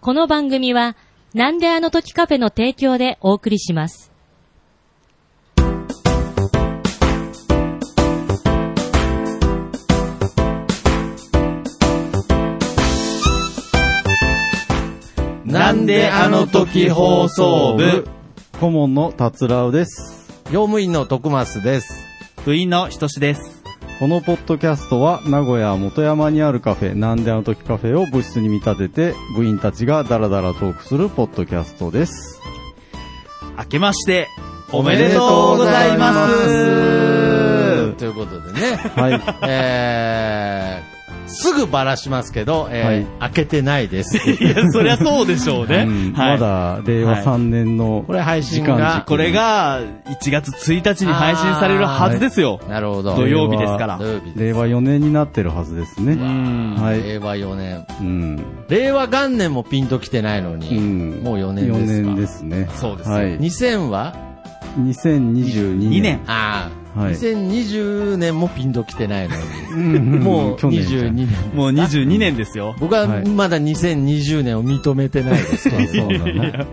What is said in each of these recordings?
この番組は、なんであの時カフェの提供でお送りします。なんであの時放送部、顧問の達郎です。業務員の徳増です。部員のひとしです。このポッドキャストは名古屋元山にあるカフェ、なんであの時カフェを部室に見立てて、部員たちがダラダラトークするポッドキャストです。明けまして、おめでとうございます。ということでね、はい。えー、すぐばらしますけど、えー開けてないです。いや、そりゃそうでしょうね。うんはい。まだ令和3年のこれ配時信間がこれが、1月1日に配信されるはずですよ。なるほど。土曜日ですから土。曜日で令和4年になってるはずですね。うんはい。令和4年。うん。令和元年もピンときてないのうに、んもう4年ですか。 4年ですね。そうですねはい。 2000は2022 2年。年。ああ、はい2020年もピンときてないのに。うんもう去年じゃ22ん年。もう22年ですよ。僕ははいまだ2020年を認めてないですけど。そうだね。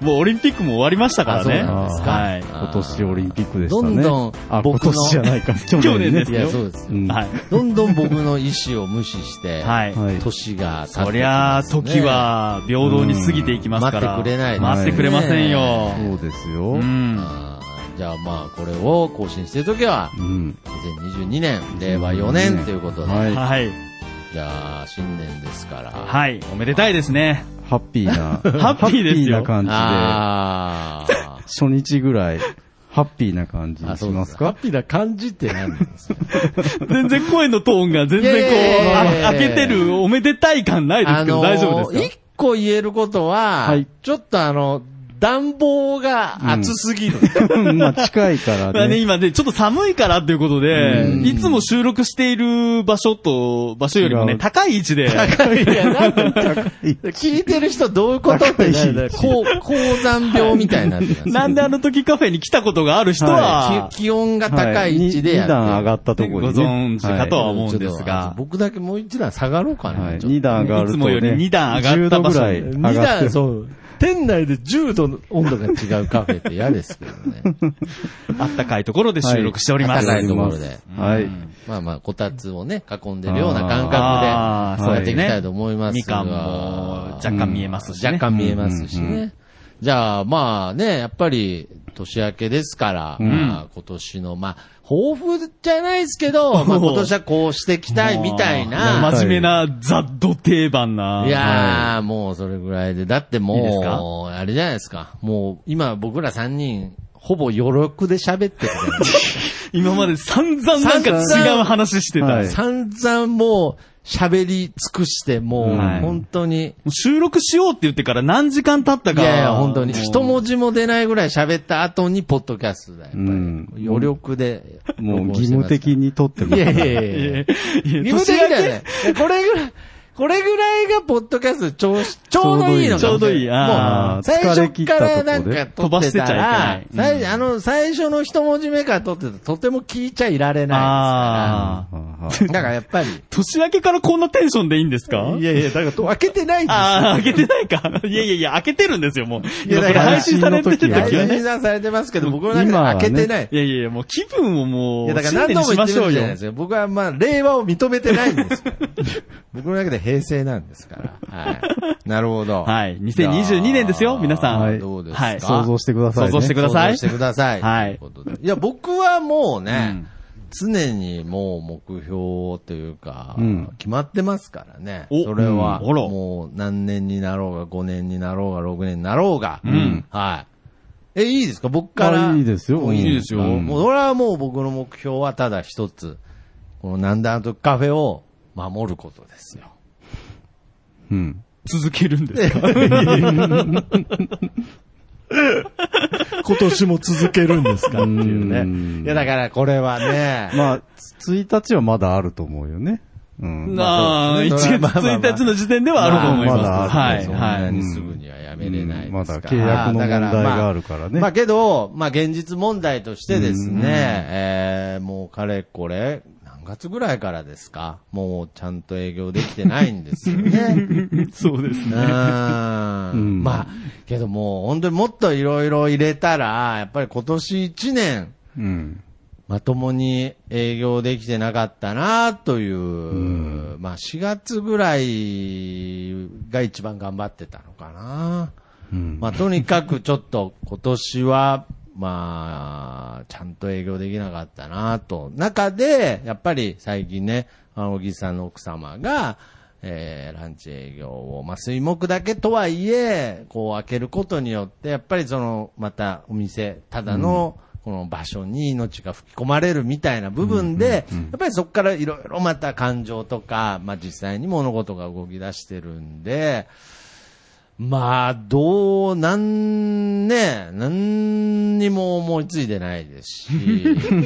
もうオリンピックも終わりましたか らあそうね。なんですか。はい今年オリンピックでしたどね。んどんあ、今僕の年じゃないか。去年ね。去年ですいや、そうですうよ。ん。はい。どんどん僕の意思を無視して、 はい。は年が経っい。てきますねそりゃあ、時は平等に過ぎていきますかうんら。待ってくれないですね待ってくれませんよ。そうですよ。う。うんあーじゃあまあ、これを更新してるときは、ん。 2022年、令和4年ということで、はい。はい。じゃあ、新年ですから。はい。おめでたいですね。ハッピーな、ハッピーですハッピーなよ感あーじで、初日ぐらい、ハッピーな感じにあ、しそうまですすか。ハッかピーな感じって何なんですか全然声のトーンが全然こいやいやいやいやう、あ開けてるおめでたい感 ないですけど、大丈夫ですか一個言えることは、はいちょっとあの、暖房が熱すぎる。 まあ近いからまあね、ね。今ね、ちょっと寒いからっていうことで、うんいつも収録している場所と、場所よりも違ね、う高い位置いで、や、なんか い聞いてる人どういうことってなるね。高、高山病みたいになってます。 なんであの時カフェに来たことがある人はは、気気温が高い位置ではやってる。二段上がったところにね。ご存知かとは思うんですちょっとが僕だけもう一段下がろうかはな。い。ちょっ2段上がると、ね。いつもより二段上がった場所10と度ぐらい上がって。そう。店内で10度の温度が違うカフェって嫌ですけど ね。あったかいところで収録しております。暖かいところで。はい。まあまあ、こたつをね、囲んでるような感あー覚で、そうやっでてすいねきたいと思いますが。みかんも若干見えますしね。若干見えますしうんうんうね。じゃあ、まあね、やっぱり、年明けですから、んまあ今年の、まあ、抱負じゃないですけど、まあ今年はこうしてきたいみたいま な。真面目な、ザ・ド定番な。いやー、もうそれぐらいで。だっていいですかもう、あれじゃないですか。もう、今僕ら3人、ほぼ余力で喋ってるじゃないです今まで散々なんか散々違う話してた。はか。い散々もう、喋り尽くして、もう、はい本当に。もう収録しようって言ってから何時間経ったいか。やいや、本当に。もう一文字も出ないぐらい喋った後に、ポッドキャストだよ。やっぱりうん余力で。もう義務的に取ってもいやいやいやいや。いやや。いや義務的だよね。これぐらい、これぐらいがポッドキャストちょうしちょうどいいのかもしれなちょうどいいあーもう、最初からなんか撮飛ばっしててちゃたいけならい、最あの、最初の一文字目から撮ってたらとても聞いちゃいられなああ。はあはいですから。だからやっぱり。年明けからこんなテンションでいいんですかいやいや、だからと開けてないんですよああ、開けてな いか。いやいやいや、開けてるんですよ、もう。いや、いやこだれから配信されてる時は大事ね。にされてますけど、僕の中で開けてない。いやいやいや、もう気分をもう、いや、だから何度も言ってるじゃないですよ。か。僕はまあ、令和を認めてないんです よ僕の中で平成なんですから。はい。なるほど。はい。2022年ですよ、皆さん。はいどうですかはい。想像してください、ね。想像してくださ想い像してください。はいとうことでいや、僕はもうねん、常にもう目標というかうん、決まってますからね。おそれは、うんあらもう何年になろうが、5年になろうが、6年になろうが。んはい。え、いいですか僕から。あいいですよもういいですよ。うんもう、俺はもう僕の目標はただ一つ。このなんだあとカフェを守ることですよ。うん。続けるんですか。今年も続けるんですか っていううんね。いや、だからこれはね。まあ、つ1日はまだあると思うよね。うん。なあ、1まあそうで月すね1日の時点ではあると思いまあままあす。はい、そんは。ないにすぐにはやめれないですから。うんまだ契約のだ問題からまがあるからねまあけど、まあ現実問題としてですうんね、えーもうかれこれ、何月ぐらいからですかもうちゃんと営業できてないんですよね。 そうですうね。ーうんん。まあ、けどもう本当にもっといろいろ入れたら、やっぱり今年一年、うん。まともに営業できてなかったなという、まあ4月ぐらいが一番頑張ってたのかな。うん。まあとにかくちょっと今年は、まあ、ちゃんと営業できなかったなと。中で、やっぱり最近ね、あの、小木さんの奥様が、えーランチ営業を、まあ、水木だけとはいえ、こう開けることによって、やっぱりその、またお店、ただの、この場所に命が吹き込まれるみたいな部分で、やっぱりそこからいろいろまた感情とか、まあ、実際に物事が動き出してるんで、まあ、どう、なんね、なんにも思いついてないですし、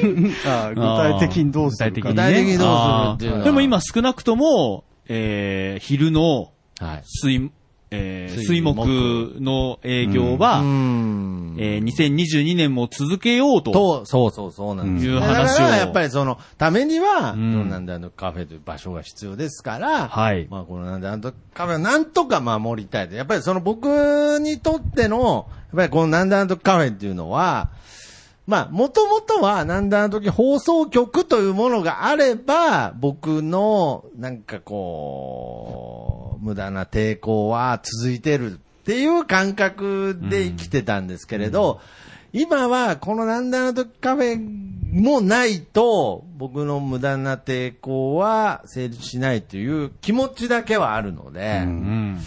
あー具体的にどうするか具体的にどうするっていうのはあーでも今少なくとも、えー、昼のはい。水、えー、水水木木の営業は、うんえー、2022年も続けようと。と、そうそうそうなんですいうよ。だ話をからやっぱりそのためには、んそのなんであのカフェという場所が必要ですから、はいまあこのなんであのカフェをなんとか守りたいと。やっぱりその僕にとっての、やっぱりこのなんであのカフェっていうのは、まあ、もともとは、なんだあの時放送局というものがあれば、僕の、なんかこう、無駄な抵抗は続いてるっていう感覚で生きてたんですけれど、今は、このなんだあの時カフェもないと、僕の無駄な抵抗は成立しないという気持ちだけはあるので、うん。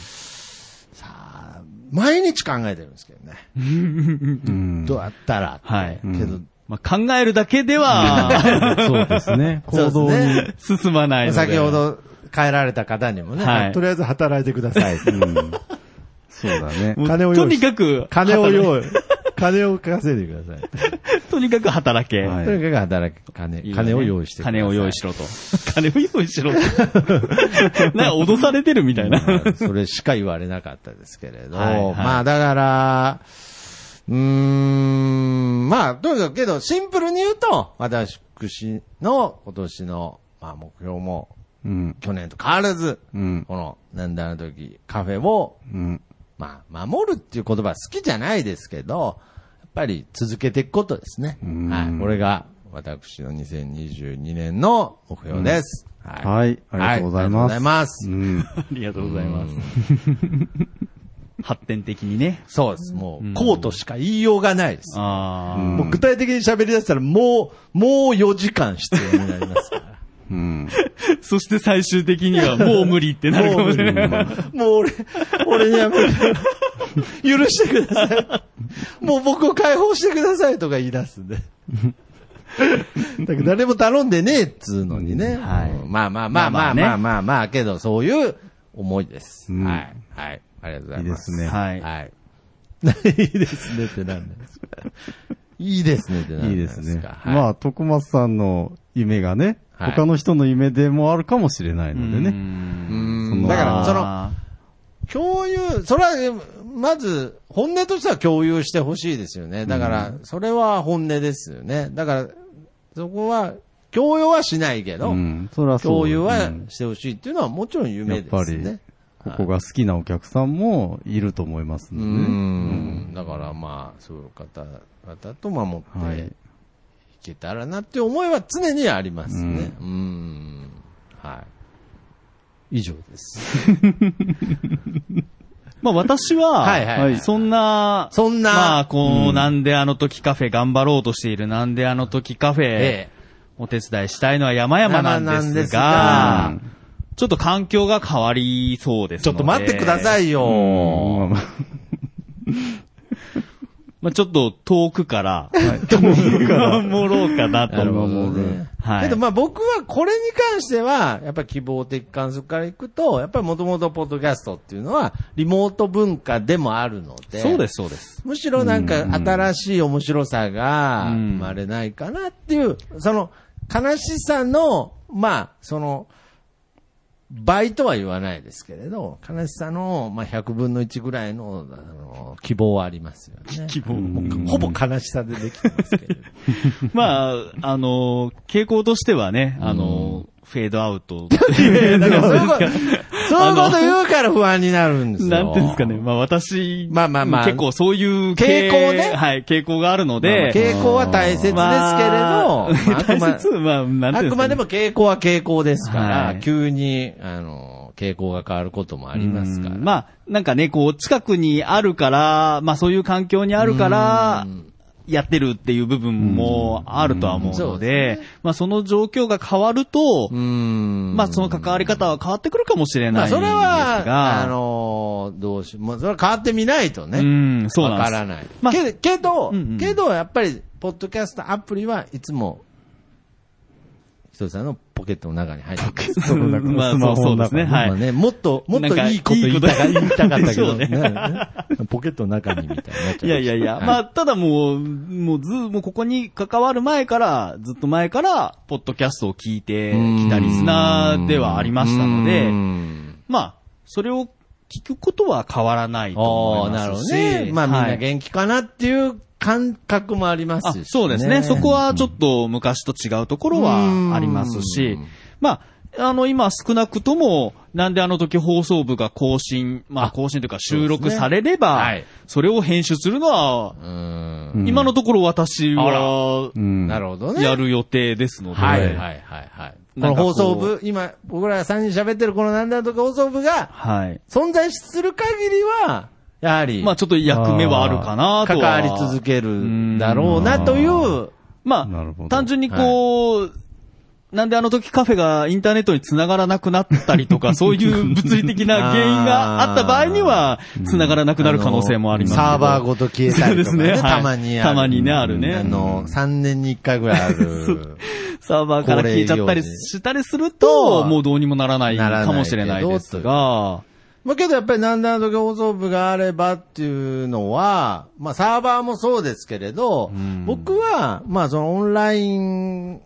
さあ、毎日考えてるんですけどね。うんどうやったらって。はいけど、まあ、考えるだけ では、 そうですね。そう行です動ねに。進まないので。先ほ。ど帰られた方にもね、はいとりあえず働いてください。うんそうだね。金を用意とにかく、金を働用意。金を稼いでください。けとにかく働け。はいとにかく働く金、いいよね金を用意してください。金を用意しろと。 金を用意しろと。 なんか脅されてるみたいな。うんそれしか言われなかったですけれど、はいはいまあだから、うーん、まあ、とにかくけど、シンプルに言うと、私の今年の、まあ、目標も、うん。去年と変わらず、うん。この、なんだあの時、カフェをうん。まあ、守るっていう言葉は好きじゃないですけど、やっぱり続けていくことですね。んはい。これが私の2022年の目標です。はいありがとうございますはありがとうございます。うん。ありがとうございます。発展的にね。そうです。もう、こうとしか言いようがないです。あうんもう具体的に喋り出したらもう、もう4時間必要になりますから。うん。あ。そして最終的にはもう無理ってなるかもしれない。もう俺、俺には無理。許してください。もう僕を解放してくださいとか言い出すんで。だけど誰も頼んでねえっつうのにね。はいうんまあまあまあままあまああねまあまあまあ、けどそういう思いです。うんはい。はい。ありがとうございます。いいですねはいはい。いいですねってなんですか。いいですねってなんいいでですすか。ね。はいまあ、徳松さんの夢がね、はい他の人の夢でもあるかもしれないのでね。うね。そんのだから、その、あ共有、それは、えまず、本音としては共有してほしいですよね。だから、それは本音ですよね。だから、そこは、共有はしないけど、うん。それはそう共有うはんしてほしいっていうのはもちろん夢ですやっね。ここが好きなお客さんもいると思いますうのでね。ん。だから、まあ、そういう方々と守はっていいけたらなっていう思いは常にありますね。うん。はい。以上です。ーまあ私は、はいはいはいそんな、そんなまあ、こう、なんであの時カフェ頑張ろうとしている、なんであの時カフェ、えお手伝いしたいのは山々なんですが、山なんでちょっと環境が変わりそうですちょっと待ってください。いよ。まあまあまあちょっと遠くから、 守ろうかなと。なるほどね。はいけどまあ僕はこれに関しては、やっぱり希望的観測からいくと、やっぱりもともとポッドキャストっていうのは、リモート文化でもあるので、そうです、そうです。むしろなんか新しい面白さがうん生まれないかなっていう、その悲しさの、まあ、その、倍とは言わないですけれど、悲しさの、まあ、100分の1ぐらいの、あの、希望はありますよ ね。希望もうほぼ悲しさでできてますけれど。 まあ、あの、傾向としてはね、あの、フェードアウト。だからそういうこと、そういうあこのと言うから不安になるんですよ。なんていうんですかね。。まあ私、まあまあまあ結構そういう傾向ねはい、傾向があるので。傾向は大切ですけれど、まあまああくま 大切、まあ、なんていうんあですくかまでね。も傾向は傾向ですから、はい急に、あの、傾向が変わることもありますから。うんまあ、なんかね、こう、近くにあるから、まあそういう環境にあるから、やってるっていう部分もあるとは思ううんそのうで、まあその状況が変わるとう、ん。まあその関わり方は変わってくるかもしれまあ、ないんですそが。れは、あの、どうし、もうそれは変わってみないとね。うん、そうわなんでかす。らない。まあけどけど、うんうんけどやっぱり、ポッドキャストアプリはいつも、ひとりさんのポケットの中に入ってます。その中 まあスマホの中そうそうですねはいまあね、もっと、もっといいこと言いたかなんかいい言いたかったけそど、う ねねポケットの中にみたいになっちゃう。いやいやいや、はいまあ、ただもう、もうず、もうここに関わる前から、ずっと前から、ポッドキャストを聞いてきたリスナーではありましたのうで、んまあ、それを聞くことは変わらないとあ思あ、いなるまほすどし。ね。まあみんなはい元気かなっていう感覚もありますあし、そうですね。そこはちょっと昔と違うところはありますうしん、まあ、あの、今少なくとも、なんであの時放送部が更新、まあ更新というか収そう録ですねされれはばい、それを編集するのは、うん。うん今のところ私は、うん。なるほどね。やる予定ですので、はいはいはいはい。こなのんかこう放送部、今、僕らが3人喋ってるこのなんだとか放送部がはい。存在する限りは、やはり、まあちょっと役目はあるかなと関は。わり続けるだろうなという、まなるほあ、ど単純にこう、なんであの時カフェがインターネットに繋がらなくなったりとか、そういう物理的な原因があった場合には、繋がらなくなる可能性もありますけど。サーバーごと消えたりとかそうね、ですねはいたまにある。たまにねあるねあの、3年に1回ぐらいあ る。サーバーから消えちゃったりしたりすると、もうどうにもならないかもしれないですが、まあけどやっぱりなんだの時放送部があればっていうのは、まあサーバーもそうですけれど、僕は、まあそのオンライン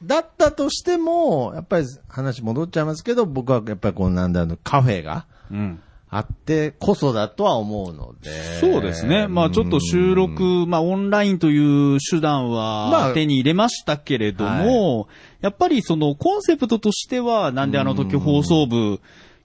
だったとしても、やっぱり話戻っちゃいますけど、僕はやっぱりこのなんだのカフェがうんあってこそだとは思うので。そうですね。まあちょっと収録、まあオンラインという手段まあは手に入れましたけれども、やっぱりそのコンセプトとしては、なんであの時放送部、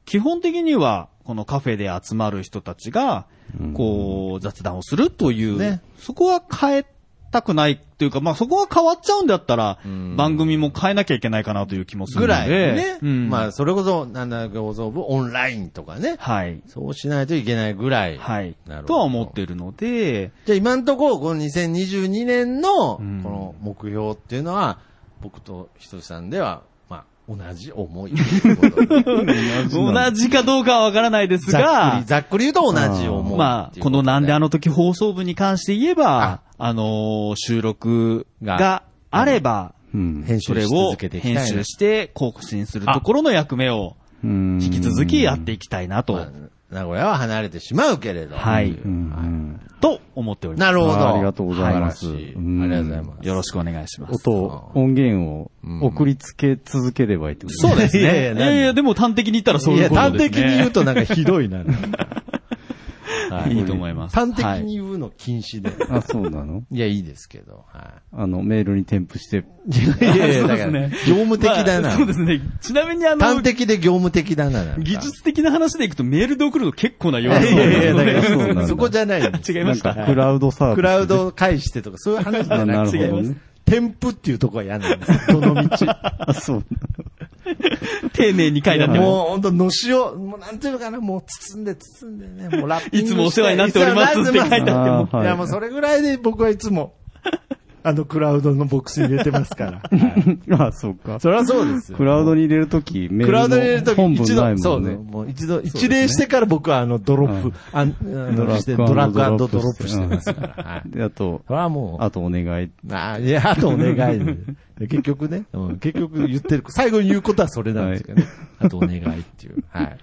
基本的にはこのカフェで集まる人たちが、こう雑談をするという、ねそこは変えたくないというか、まあそこが変わっちゃうんだったら、番組も変えなきゃいけないかなという気もすぐるので。らいね。うんまあそれこそなんだの時放送部オンラインとかね。はい。そうしないといけないぐらい。はいなるほ。どとは思っているので、じゃあ今のところ、この2022年の、こんの目標っていうのは、僕とひとりさんでは、まあ、同じ思い。 同じかどうかはわからないですざっくがり、、ざっくり言うと同じ思い。まあ、このなんであの、の時放送部に関して言えば、あのー収録があれば、うん。編そ集れしを続けていき編たいな集して、更新するところの役目をうん引き続きやっていきたいなまとあ、名古屋は離れてしまうけれど。はいうんと思っておりまなるほあど。ーありがとうございま素す晴らしいあうんりがとうございますす。。よろしくお願いします。音を、音源を送りつけ続ければいいってことそう ですね。いいややいいややなんででも端的に言ったらそういいや、うこと端です的ね。に言うとなんかひどいな。ははいいいと思います。端的はいに言うの禁止で。あ、そうなのいや、いいですけど。はあの、メールに添付 して。い。いやいやいや、だから、そうですね業務的だまあなそう。ですね。ちなみにあの端、的で業務的だななんか。技術的な話でいくとメールで送ると結構ない要素やいやいや、だでからそすねそうなんだうそこじゃない。 違いなまんした。か、クラウドサービス。クラウドを介してとか、そういう話じゃなあい。なるほどね違います添付っていうとこは嫌なんです。どの道。あ、そう。丁寧に書いてあっても。もうほんと、のしを、もうなんていうのかな、もう包んで包んでね、もうラッピングして。いつもお世話になっておりますって書いてあってもいや、もうそれぐらいで僕はいつも、あのクラウドのボックスに入れてます から。 あ、そうか。それはそうですよ。クラウドに入れるとき、メクラウドに入れーるルのとき、本文一ないも度、んね。そうね、もう一度、一礼してから僕はあの、ドロップ、あんあのドラッグしてドラッグドドロロッッププししててますから。はい。であと、それはもう、あとお願い。ああ、いや、あとお願い で。結局ね、うん結局言ってる、最後に言うことはそれなんですけどね。あとお願いっていう。はい。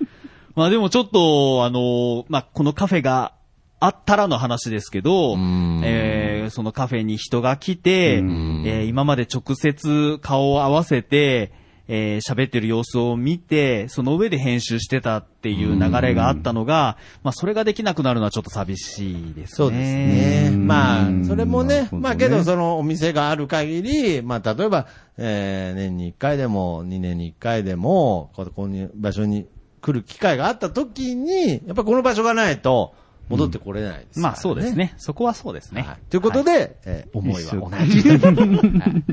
まあでもちょっと、あの、まあこのカフェがあったらの話ですけどん、えーそのカフェに人が来て、えうんー今まで直接顔を合わせて、えー喋ってる様子を見て、その上で編集してたっていう流れがあったのが、まあ、それができなくなるのはちょっと寂しいですね。そうですね。まあ、それもなるねほ、どねまあけどそのお店がある限り、まあ例えば、えー年に1回でも2年に1回でも、ここに場所に来る機会があった時に、やっぱこの場所がないと戻ってこれないですからね。まあ、そうですね。そこはそうですね。はいということで、えー思いは同じ。は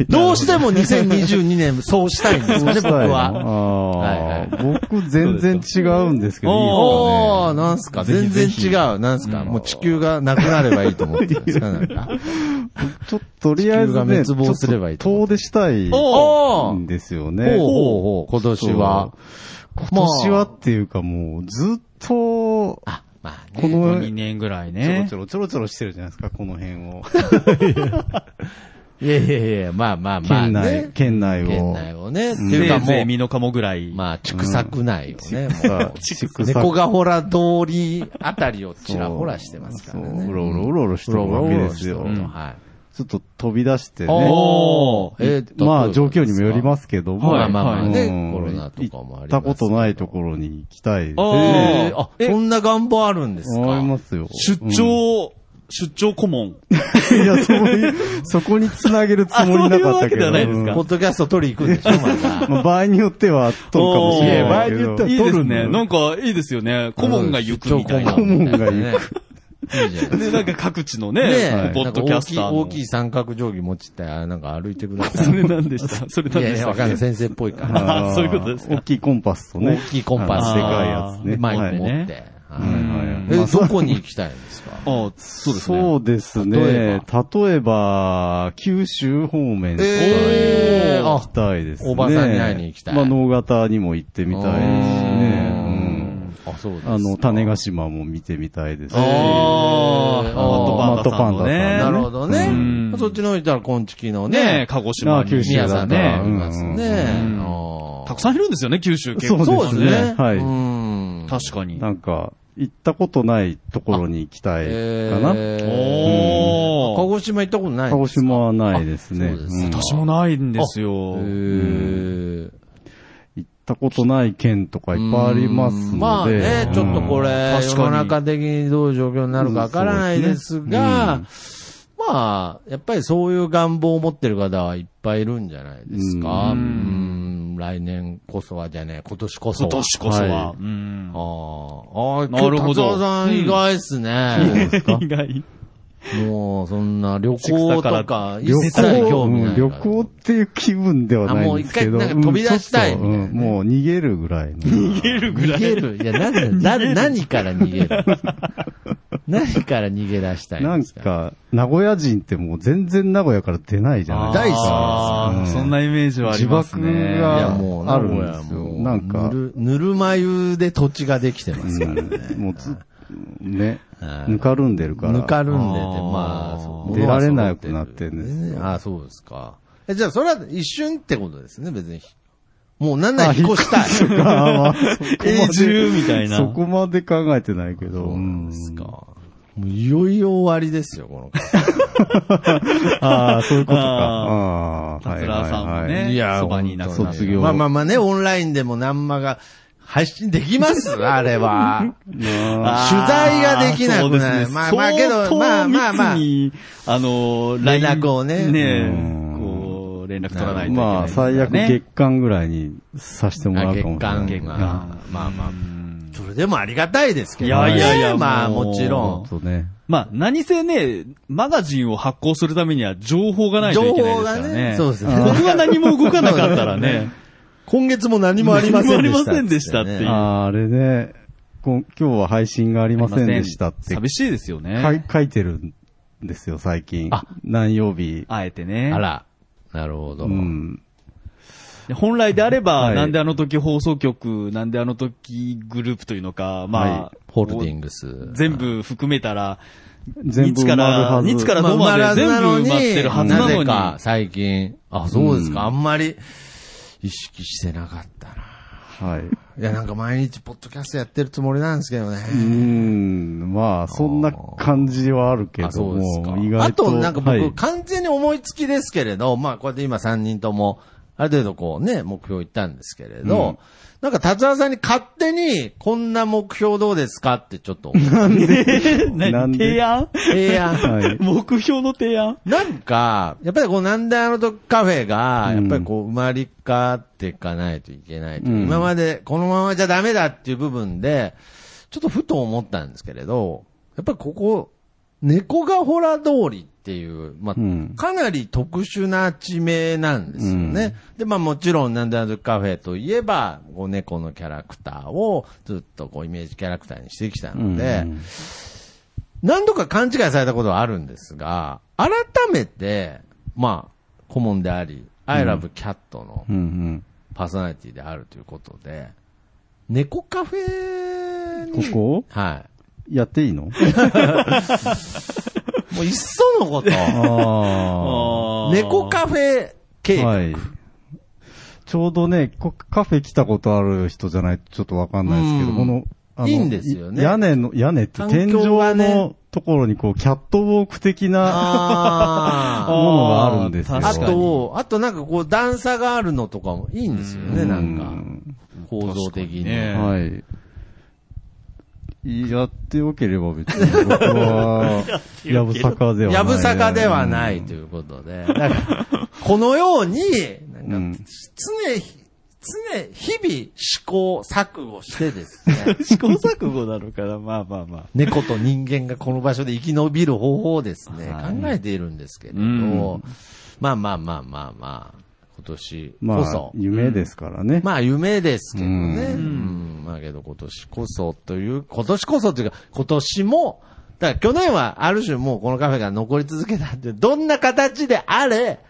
いどうしても2022年そうしたいんですかね、僕は。ははい僕、全然違うんですけど、いいおー、ですかねなんすか全然違う。なんすかもう地球がなくなればいいと思ってるんですかなん か。ちょっと、とりあえずね、地球が滅亡すればいいちょっと遠出したいおーんですよほうね。ほうほう、今年は。ま今あ年はっていうかもう、ずっと、あ、まあこね。ここの、 2年ぐらいちょろねち。ょろちょろちょろしてるじゃないですか、この辺を。いやいやいや、まあまあ まあ県ね内、。県内県を。内をね。ってせいうかいぜも、。い身のもぐらいうまあ、畜作内をね。もうさ畜産猫がほら通りあたりをちらほらしてますからそううね。ろうろうろうろしてるわけですよ。うろうろうろしてるとはい。ちょっと飛び出してね。おーえーとまあ、状況にもよりますけども。まあまあまあねうんコロナとかもありますけど行ったことないところに行きたい。あえーーあ、そんな願望あるんです思いまかすよ。出張、出張顧問。いや、そう いう、そこに繋げるつもりなかったけど。あそういうわけではないですかポッドキャスト取り行くんでしょ まだ。まあ、場合によっては、取るかもしれないけど。いや場合いいですね。ななんんか、いいですよね。顧問が行くみたいな。出張顧問みたいな顧問がね。いいじゃないで、なんか各地のねえね、ポッドキャスターなんの。か大きい大きい三角定規持ちって、あなんか歩いてくださ それい。何でしたそれい何やでいしや、たわかんない。先生っぽいから。あーそういうことですか大きいコンパスとね。大きいコンパスあーでかいやつね。マイクはい持って。はいはいはいえ、まあどこに行きたいんですかああ、そうですね。そうですね。例えば、九州方面とかえー行きたいですね。あおばさんに会いに行きたいまあ、能型にも行ってみたいですしね。うんうーんあ、そうですか。あの、種ヶ島も見てみたいですし。あーマットパンダさんのマットパンダさんね。なるほどうねん。そっちの方行ったら、こんちきのねえね、鹿児島ああに。九州宮ださんね。ね、いうんますね。うんあーたくさんいるんですよね、九州結構。そうですねはいうん確かに。なんか、行ったことないところに行きたいかな。えーお鹿ー。児島行ったことない鹿児で島はないですね。あそうですん私もないんですすよか。へ。ー行ったことない県とかいっぱいありますので。まあね、ちょっとこれ、確か世にの中的にどういう状況になるかわからないですが、うんまあ、やっぱりそういう願望を持ってる方はいっぱいいるんじゃないですか。ううんん来年こそはじゃねえ、今年こそ今は。年こそいは。うんああ、ああ、なる今日ほど達夫さん意外っすね。意外。もう、そんな旅行とか、一旅切興行、味ないから。旅行っていう気分ではないんですけど。あもう一回なんか飛び出したいみたいなねうんちょっとうんもう逃げるぐらいの。逃げるぐ逃らい。げる。いや、なんでな、何から逃げ る何から逃げ出したいなんんですかか、名古屋人ってもう全然名古屋から出ないじゃない大好きですあーうんそんなイメージはあり自ます爆いね。やがもうあるんですよ。もうなんか、ぬる、ぬるま湯で土地ができてますからね。うんもうずっとね、はいぬかるんでるから。ぬかるんでて、あーまあそう、出られなくなってんです物は揃っよてるあーそうですか。え、じゃあ、それは一瞬ってことですね、別に。もうなんならあ引っ越したい。そあーま あそこまで永住みたいな。そこまで考えてないけど。うなんですか。もういよいよ終わりですよ、この方ああ、そういうことか。あああー、はい桂はいさんもはい。ね、いやそばにいなくな卒る。業まあまあまあね、オンラインでもなんまが配信できますあれは。まああー取材ができなくなるそうですねまあまあけど相当まあまあまあ密にあのー、連 LINE 絡をねねうんこう、連絡取らないといけまないあ、ですからね。最悪月間ぐらいにさせてもらうかもしれあない。月間まうんあまあまあ、それでもありがたいですけど、いやいやいやまあもうもちろ。ちょっとね。まあ、何せね、マガジンを発行するためには情報がなんいとい情けない報がですからね。ね、そうですね。僕が何も動かなかったらね、今月も何もありませんでした。何もありませんでしたってい うあーあれね、こん今日は配信がありませんでしたって寂しいですよね。かい書いてるんですよ、最近。あ何曜日。あえてね。あら。なるほど。うん。本来であれば、はいなんであの時放送局、なんであの時グループというのか、まあ、はホールディングス。全部含めたら、全部いつか埋まるらはず。いつからまあどうまで埋らずなのに全部埋まってるはずなのにぜか最近。あ、そうですか。あんまり意識してなかったな。はい。ういや、なんか毎日ポッドキャストやってるつもりなんですけどね。ーん。まあ、そんな感じはあるけあ、どそうですかも、意。外あと。と、なんかはい僕、完全に思いつきですけれど、まあ、こうやって今3人ともある程度こうね、目標言ったんですけれど、なんか達也さんに勝手に、こんな目標どうですかってちょっと、 なん何で提案提案。はい。 目標の提案なんか、やっぱりこう、なんであの時カフェが、うやんっぱりこう、生まれ変わっていかないといけないと、うん今まで、このままじゃダメだっていう部分で、ちょっとふと思ったんですけれど、やっぱりここ、猫がほら通りっていう、まあ、うんかなり特殊な地名なんですよね。で、まあもちろん、なんであの時カフェといえば、こう猫のキャラクターをずっとこうイメージキャラクターにしてきたので、うん何度か勘違いされたことはあるんですが、改めて、まあ、顧問であり、I love cat のうんうん。パーソナリティであるということで、猫カフェに、ここはやっていいい。のもういっそのこと、 あ猫カフェあ。経営、はい。ちょうどね、こカフェ来たことある人じゃないとちょっとわかんないですけど、うんこの、あのいいんですよねい屋根の、屋根って天井環境がのねところにこう、キャットウォーク的なもあのがあるんですよ。ーあ確かにと、あとなんかこう段差があるのとかもいいんですよね、なんか、構造的に。確かにねはい。やってよければ別に僕 は、やぶさかではない。やぶさかではないということで、だからこのように、うなんんか常日、常、日々試行錯誤してです 、ね試行錯誤なのかなまあまあまあ。猫と人間がこの場所で生き延びる方法をですね、はい考えているんですけれど、うんまあまあまあまあまあ、今年まこあそ、、夢ですからね。 まあ夢ですけどね。ううんん。まあけど今年こそという、今年こそというか、今年も、だから去年はある種もうこのカフェが残り続けたって、どんな形であれ、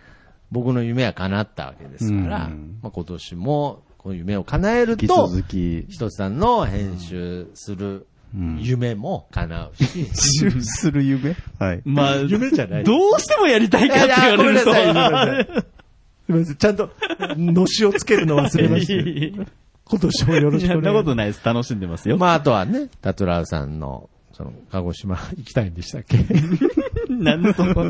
僕の夢は叶ったわけですから、うんまあ今年もこの夢を叶える引きと、続き、ひとつさんの編集する夢も叶うし、集する夢はい。まあ、夢じゃないどうしてもやりたいかって言われると。いやいやごめんなさいすみません、ちゃんと、のしをつけるの忘今年もよいやそんなことないです。楽しんでますよ。 まあ、あとはね、タトラウさんの、その、鹿児島行きたいんでしたっけなんでそこ。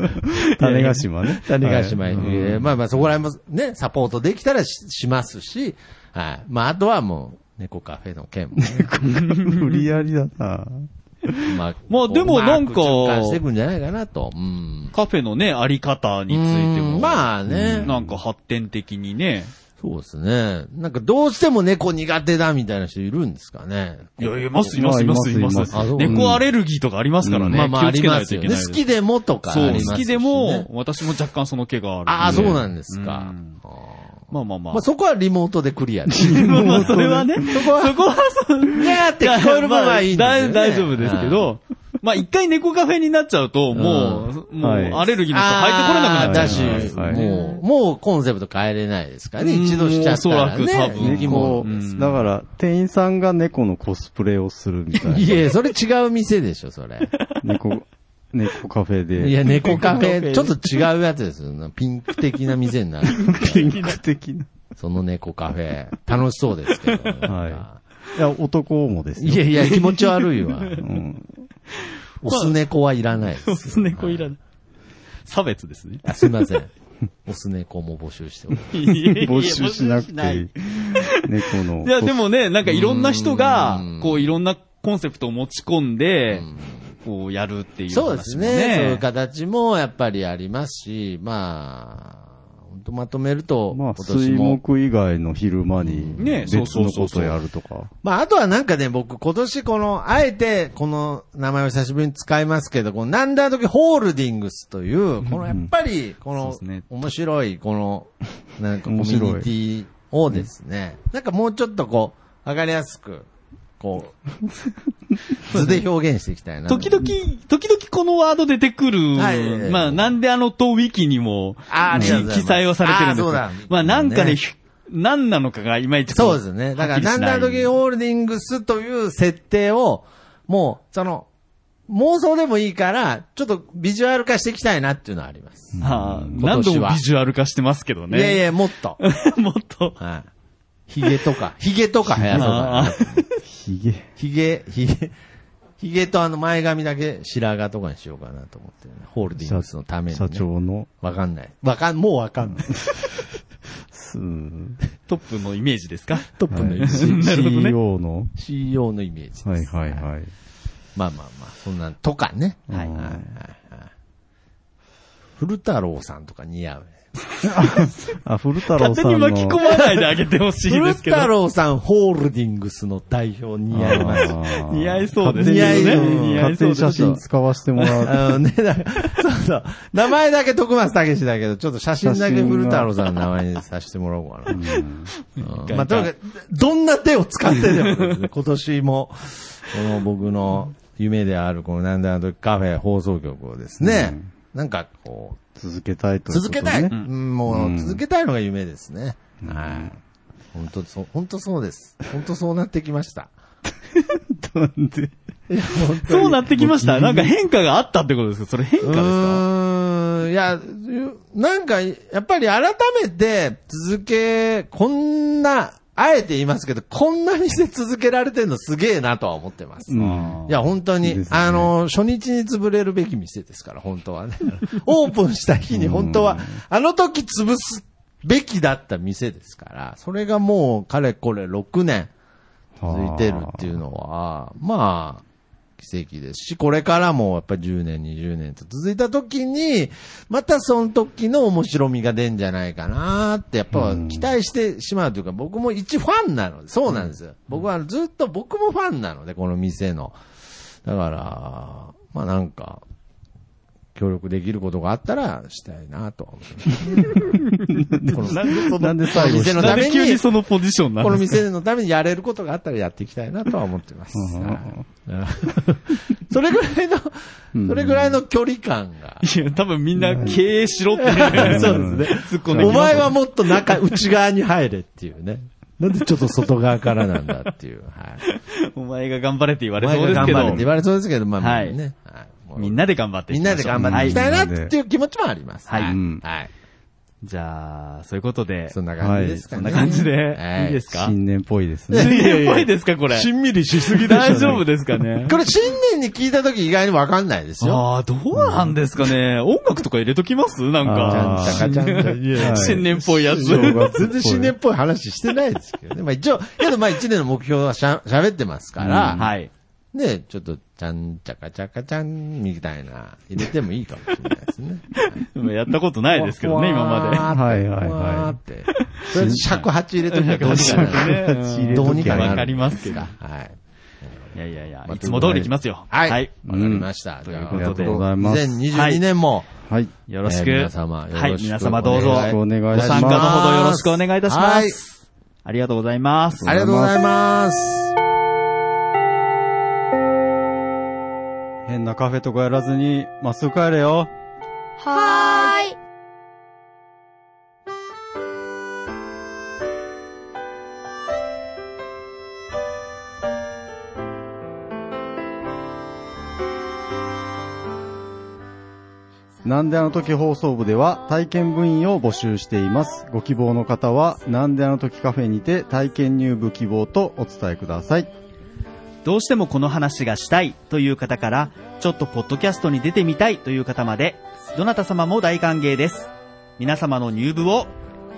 種子島ね。 種子島に、はいえーまあまあ、そこら辺もね、サポートできたらししますし、はい。まあ、あとはもう、猫カフェの件も、ね、 無理やりだな。まあ、まあでもなんかこううまく循環していくんじゃないかなと。うん。カフェのね、あり方についてうも。んまあねなんか発展的にね。そうですね。なんかどうしても猫苦手だみたいな人いるんですかね。いや、います、います、います、いますまあいますいますあそう。猫アレルギーとかありますからね。まあまあ、あ気をつりけなまいとすいよけね。ないです。好きでもとかあそりうますし、ね。好きでも、、私も若干その毛がある。ああ、そうなんですか。うんあーまあまあまあ。まあ、そこはリモートでクリア です。まあまあ、それはね。そこは、そこはそう、にゃーって聞こえる分はいいんですよ、ねまあだ大丈夫ですけ。ど、まあ一回猫カフェになっちゃうと、もう、もうはいアレルギーの人入ってこれなあーくなっだちゃう。し、はいもう、もうコンセプト変えれないですからね。うん一度しちゃったら、ね。おそらく多分人気も。、猫んだから、店員さんが猫のコスプレをするみたいいや、それ違う店でしょ、そ れ。な。猫、猫カフェで。いや、猫カフェ、ち猫ょっと違うやつですよ。ピンク的な店になる。 ピンク的な。その猫カフェ、楽しそうですけど。いや、男もですい。よ。いやいや、気持ち悪いわ。うん。オス猫はいらないです。す猫いらない。差別ですね。あすいません。オス猫も募集しております。募集しなくていい。猫の。いや、でもね、なんかいろんな人がうん、こういろんなコンセプトを持ち込んで、こうやるっていう話もそうですね。そういう形もやっぱりありますし、まあ、本当まとめると、まあ、今年水も。木以外の昼間に、ねそう別そうのそこうそとうやるとか。まあ、あとはなんかね、僕、今年この、あえて、この名前を久しぶりに使いますけど、この、なんだ時ホールディングスという、この、やっぱり、こそうでのすね、面白い、この、なんかコミ面白いュニティをですね、なんかもうちょっとこう、わかりやすく、こう、図で表現していきたいな。時々、時々このワード出てくる、はいまあ、なんであのとウィキにも、あーありがとうございます記載をされてるんですあーそうよだまあ、なんかね、ねひ何なのかがいまいちこそうですね。だから、はっきりなしんないだ時ホールディングスという設定を、もう、その、妄想でもいいから、ちょっとビジュアル化していきたいなっていうのはあります。はあ、今何度年はもビジュアル化してますけどね。いやいや、もっと。 もっと。はい。ヒゲとか、ヒゲとか流行そうだね。ひげ。ヒゲ、ヒゲ、ヒゲとあの前髪だけ白髪とかにしようかなと思ってるね、ホールディングスのために、ね。社。長のわかんない。わかん、もうわかんない。です。うんトップのイメージですかトップのイメージ。はい なるほどね CEO の。 CEO のイメージです。はいはいはい。まあまあまあ、そんなんとかね。はいはいはい古太郎さんとか似合うね。あ、古太郎勝さ手んの。に巻き込まないであげてほしい古ですけど。太郎さんホールディングスの代表似合います。あー似合いそうですね勝手にうん似合い勝そ手うにです写真使わせてもらう。あのね、だそうそう。名前だけ徳松武史だけど、ちょっと写真だけ古太郎さんの名前にさせてもらおうかな。うんまあ、とにかく、どんな手を使ってで も、今年も、この僕の夢である、このなんであの時カフェ放送局をですね、なんかこ続けたいとう、いう続ことねけたい、ううんんもう続けたいのが夢ですね。はい。本当そう、本当そうです。本当そうなってきました。なんでそうなってきました。なんか変化があったってことですかそれ変化ですうかーんいや、ゆなんか、やっぱり改めて続け、こんな、あえて言いますけど、こんなにして続けられてるのすげえなとは思ってます。うんいや、本当に、ですねあの、初日に潰れるべき店ですから、本当は ね。オープンした日に本当は、あの時潰すべきだった店ですから、それがもう、かれこれ6年続いてるっていうのは、まあ、奇跡ですし、これからもやっぱり10年、20年と続いた時に、またその時の面白みが出んじゃないかなって、やっぱ期待してしまうというか、僕も一ファンなので、そうなんですよ。僕はずっと僕もファンなので、この店の。だから、まあなんか、協力できることがあったらしたいなとは思います。なんで最後店のなたんめでに急にそのポジションなんこのですか店のためにやれることがあったらやっていきたいなとは思ってます。 うんはいそれぐらいの、それぐらいの距離感が。いや、多分みんな経営しろってい う。そうですね。突っ込んできますお前はもっと中、内側に入れっていうね。なんでちょっと外側からなんだって いう。はい。お前が頑張れって言わあれそうですけ頑張れって言ど。われそうですけど、まあ、はいみんなね。はいもうみんなで頑張っていみきんましょなうで頑張っていきたいはないっていう気持ちもあります。はいうんはい。じゃあ、そういうことで。そんな感じですかそんね。な感じではい。いいですか新年っぽいです新 ね。年っぽいですかこれ。んみりしすぎ大丈夫ですか ねこれ新年に聞いたとき意外にわかんないですよ。ああ、どうなんですかね。音楽とか入れときますなんあか。ーちゃんちゃかちゃんちゃいやはい新年っぽいやつ。正 月っぽい全然新年っぽい話してないですけどね。まあ一応、けどまあ一年の目標はしゃ喋ってますから、はい。ね、ちょっと、ちゃんちゃかちゃかちゃんみたいな、入れてもいいかもしれないですね。やったことないですけどね、今まで。はいはいい。はいって。とりあえず尺八入れときゃどうにか尺八ねなる。どうにかなる。わかりますけどはい。いやいやいやま、あいつも通り来ますよ。はい。わ、はい。かりました。というあこりとがとでうございます。 2022年も、はい。よろしく。えー皆様よろしくはい、皆様どうぞ。お願いしますごお願いします参加のほどよろしくお願いいたしまはいす。ありがとうございます。ありがとうございます。変なカフェとかやらずに、まっすぐ帰れよ。はーい。なんであの時放送部では体験部員を募集しています。ご希望の方は、なんであの時カフェにて体験入部希望とお伝えください。どうしてもこの話がしたいという方から、ちょっとポッドキャストに出てみたいという方まで、どなた様も大歓迎です。皆様の入部を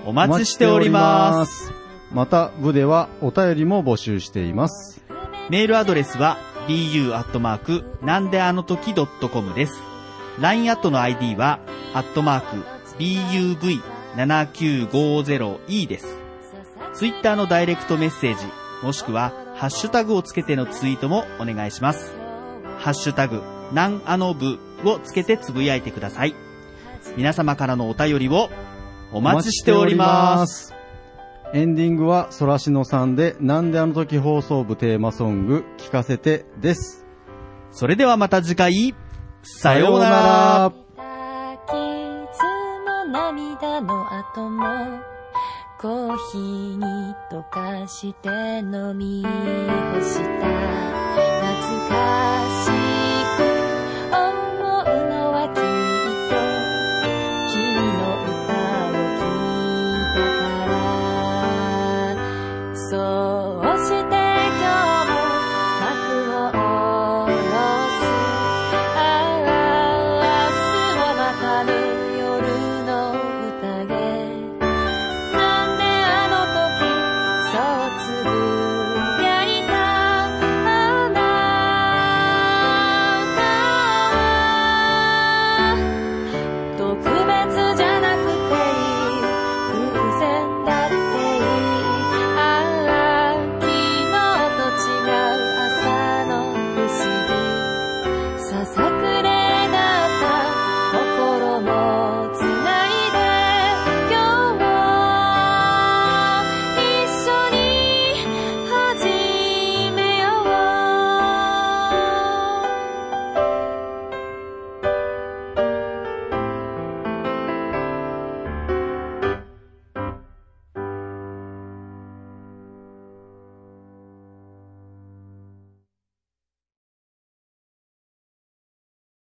おお待ちしております。す。また、部ではお便りも募集しています。メールアドレスは bu アットマークなんであの時 .com です。LINE アットの ID はアットマーク buv7950e です。Twitter のダイレクトメッセージ、もしくはハッシュタグをつけてのツイートもお願いします。ハッシュタグなんあの部をつけてつぶやいてください。皆様からのお便りをお待ちしております。す。エンディングは、そらしのさんで、なんであの時放送部テーマソング、聞かせてです。それではまた次回、さようなら。傷も涙の後もコーヒーに溶かして飲み干した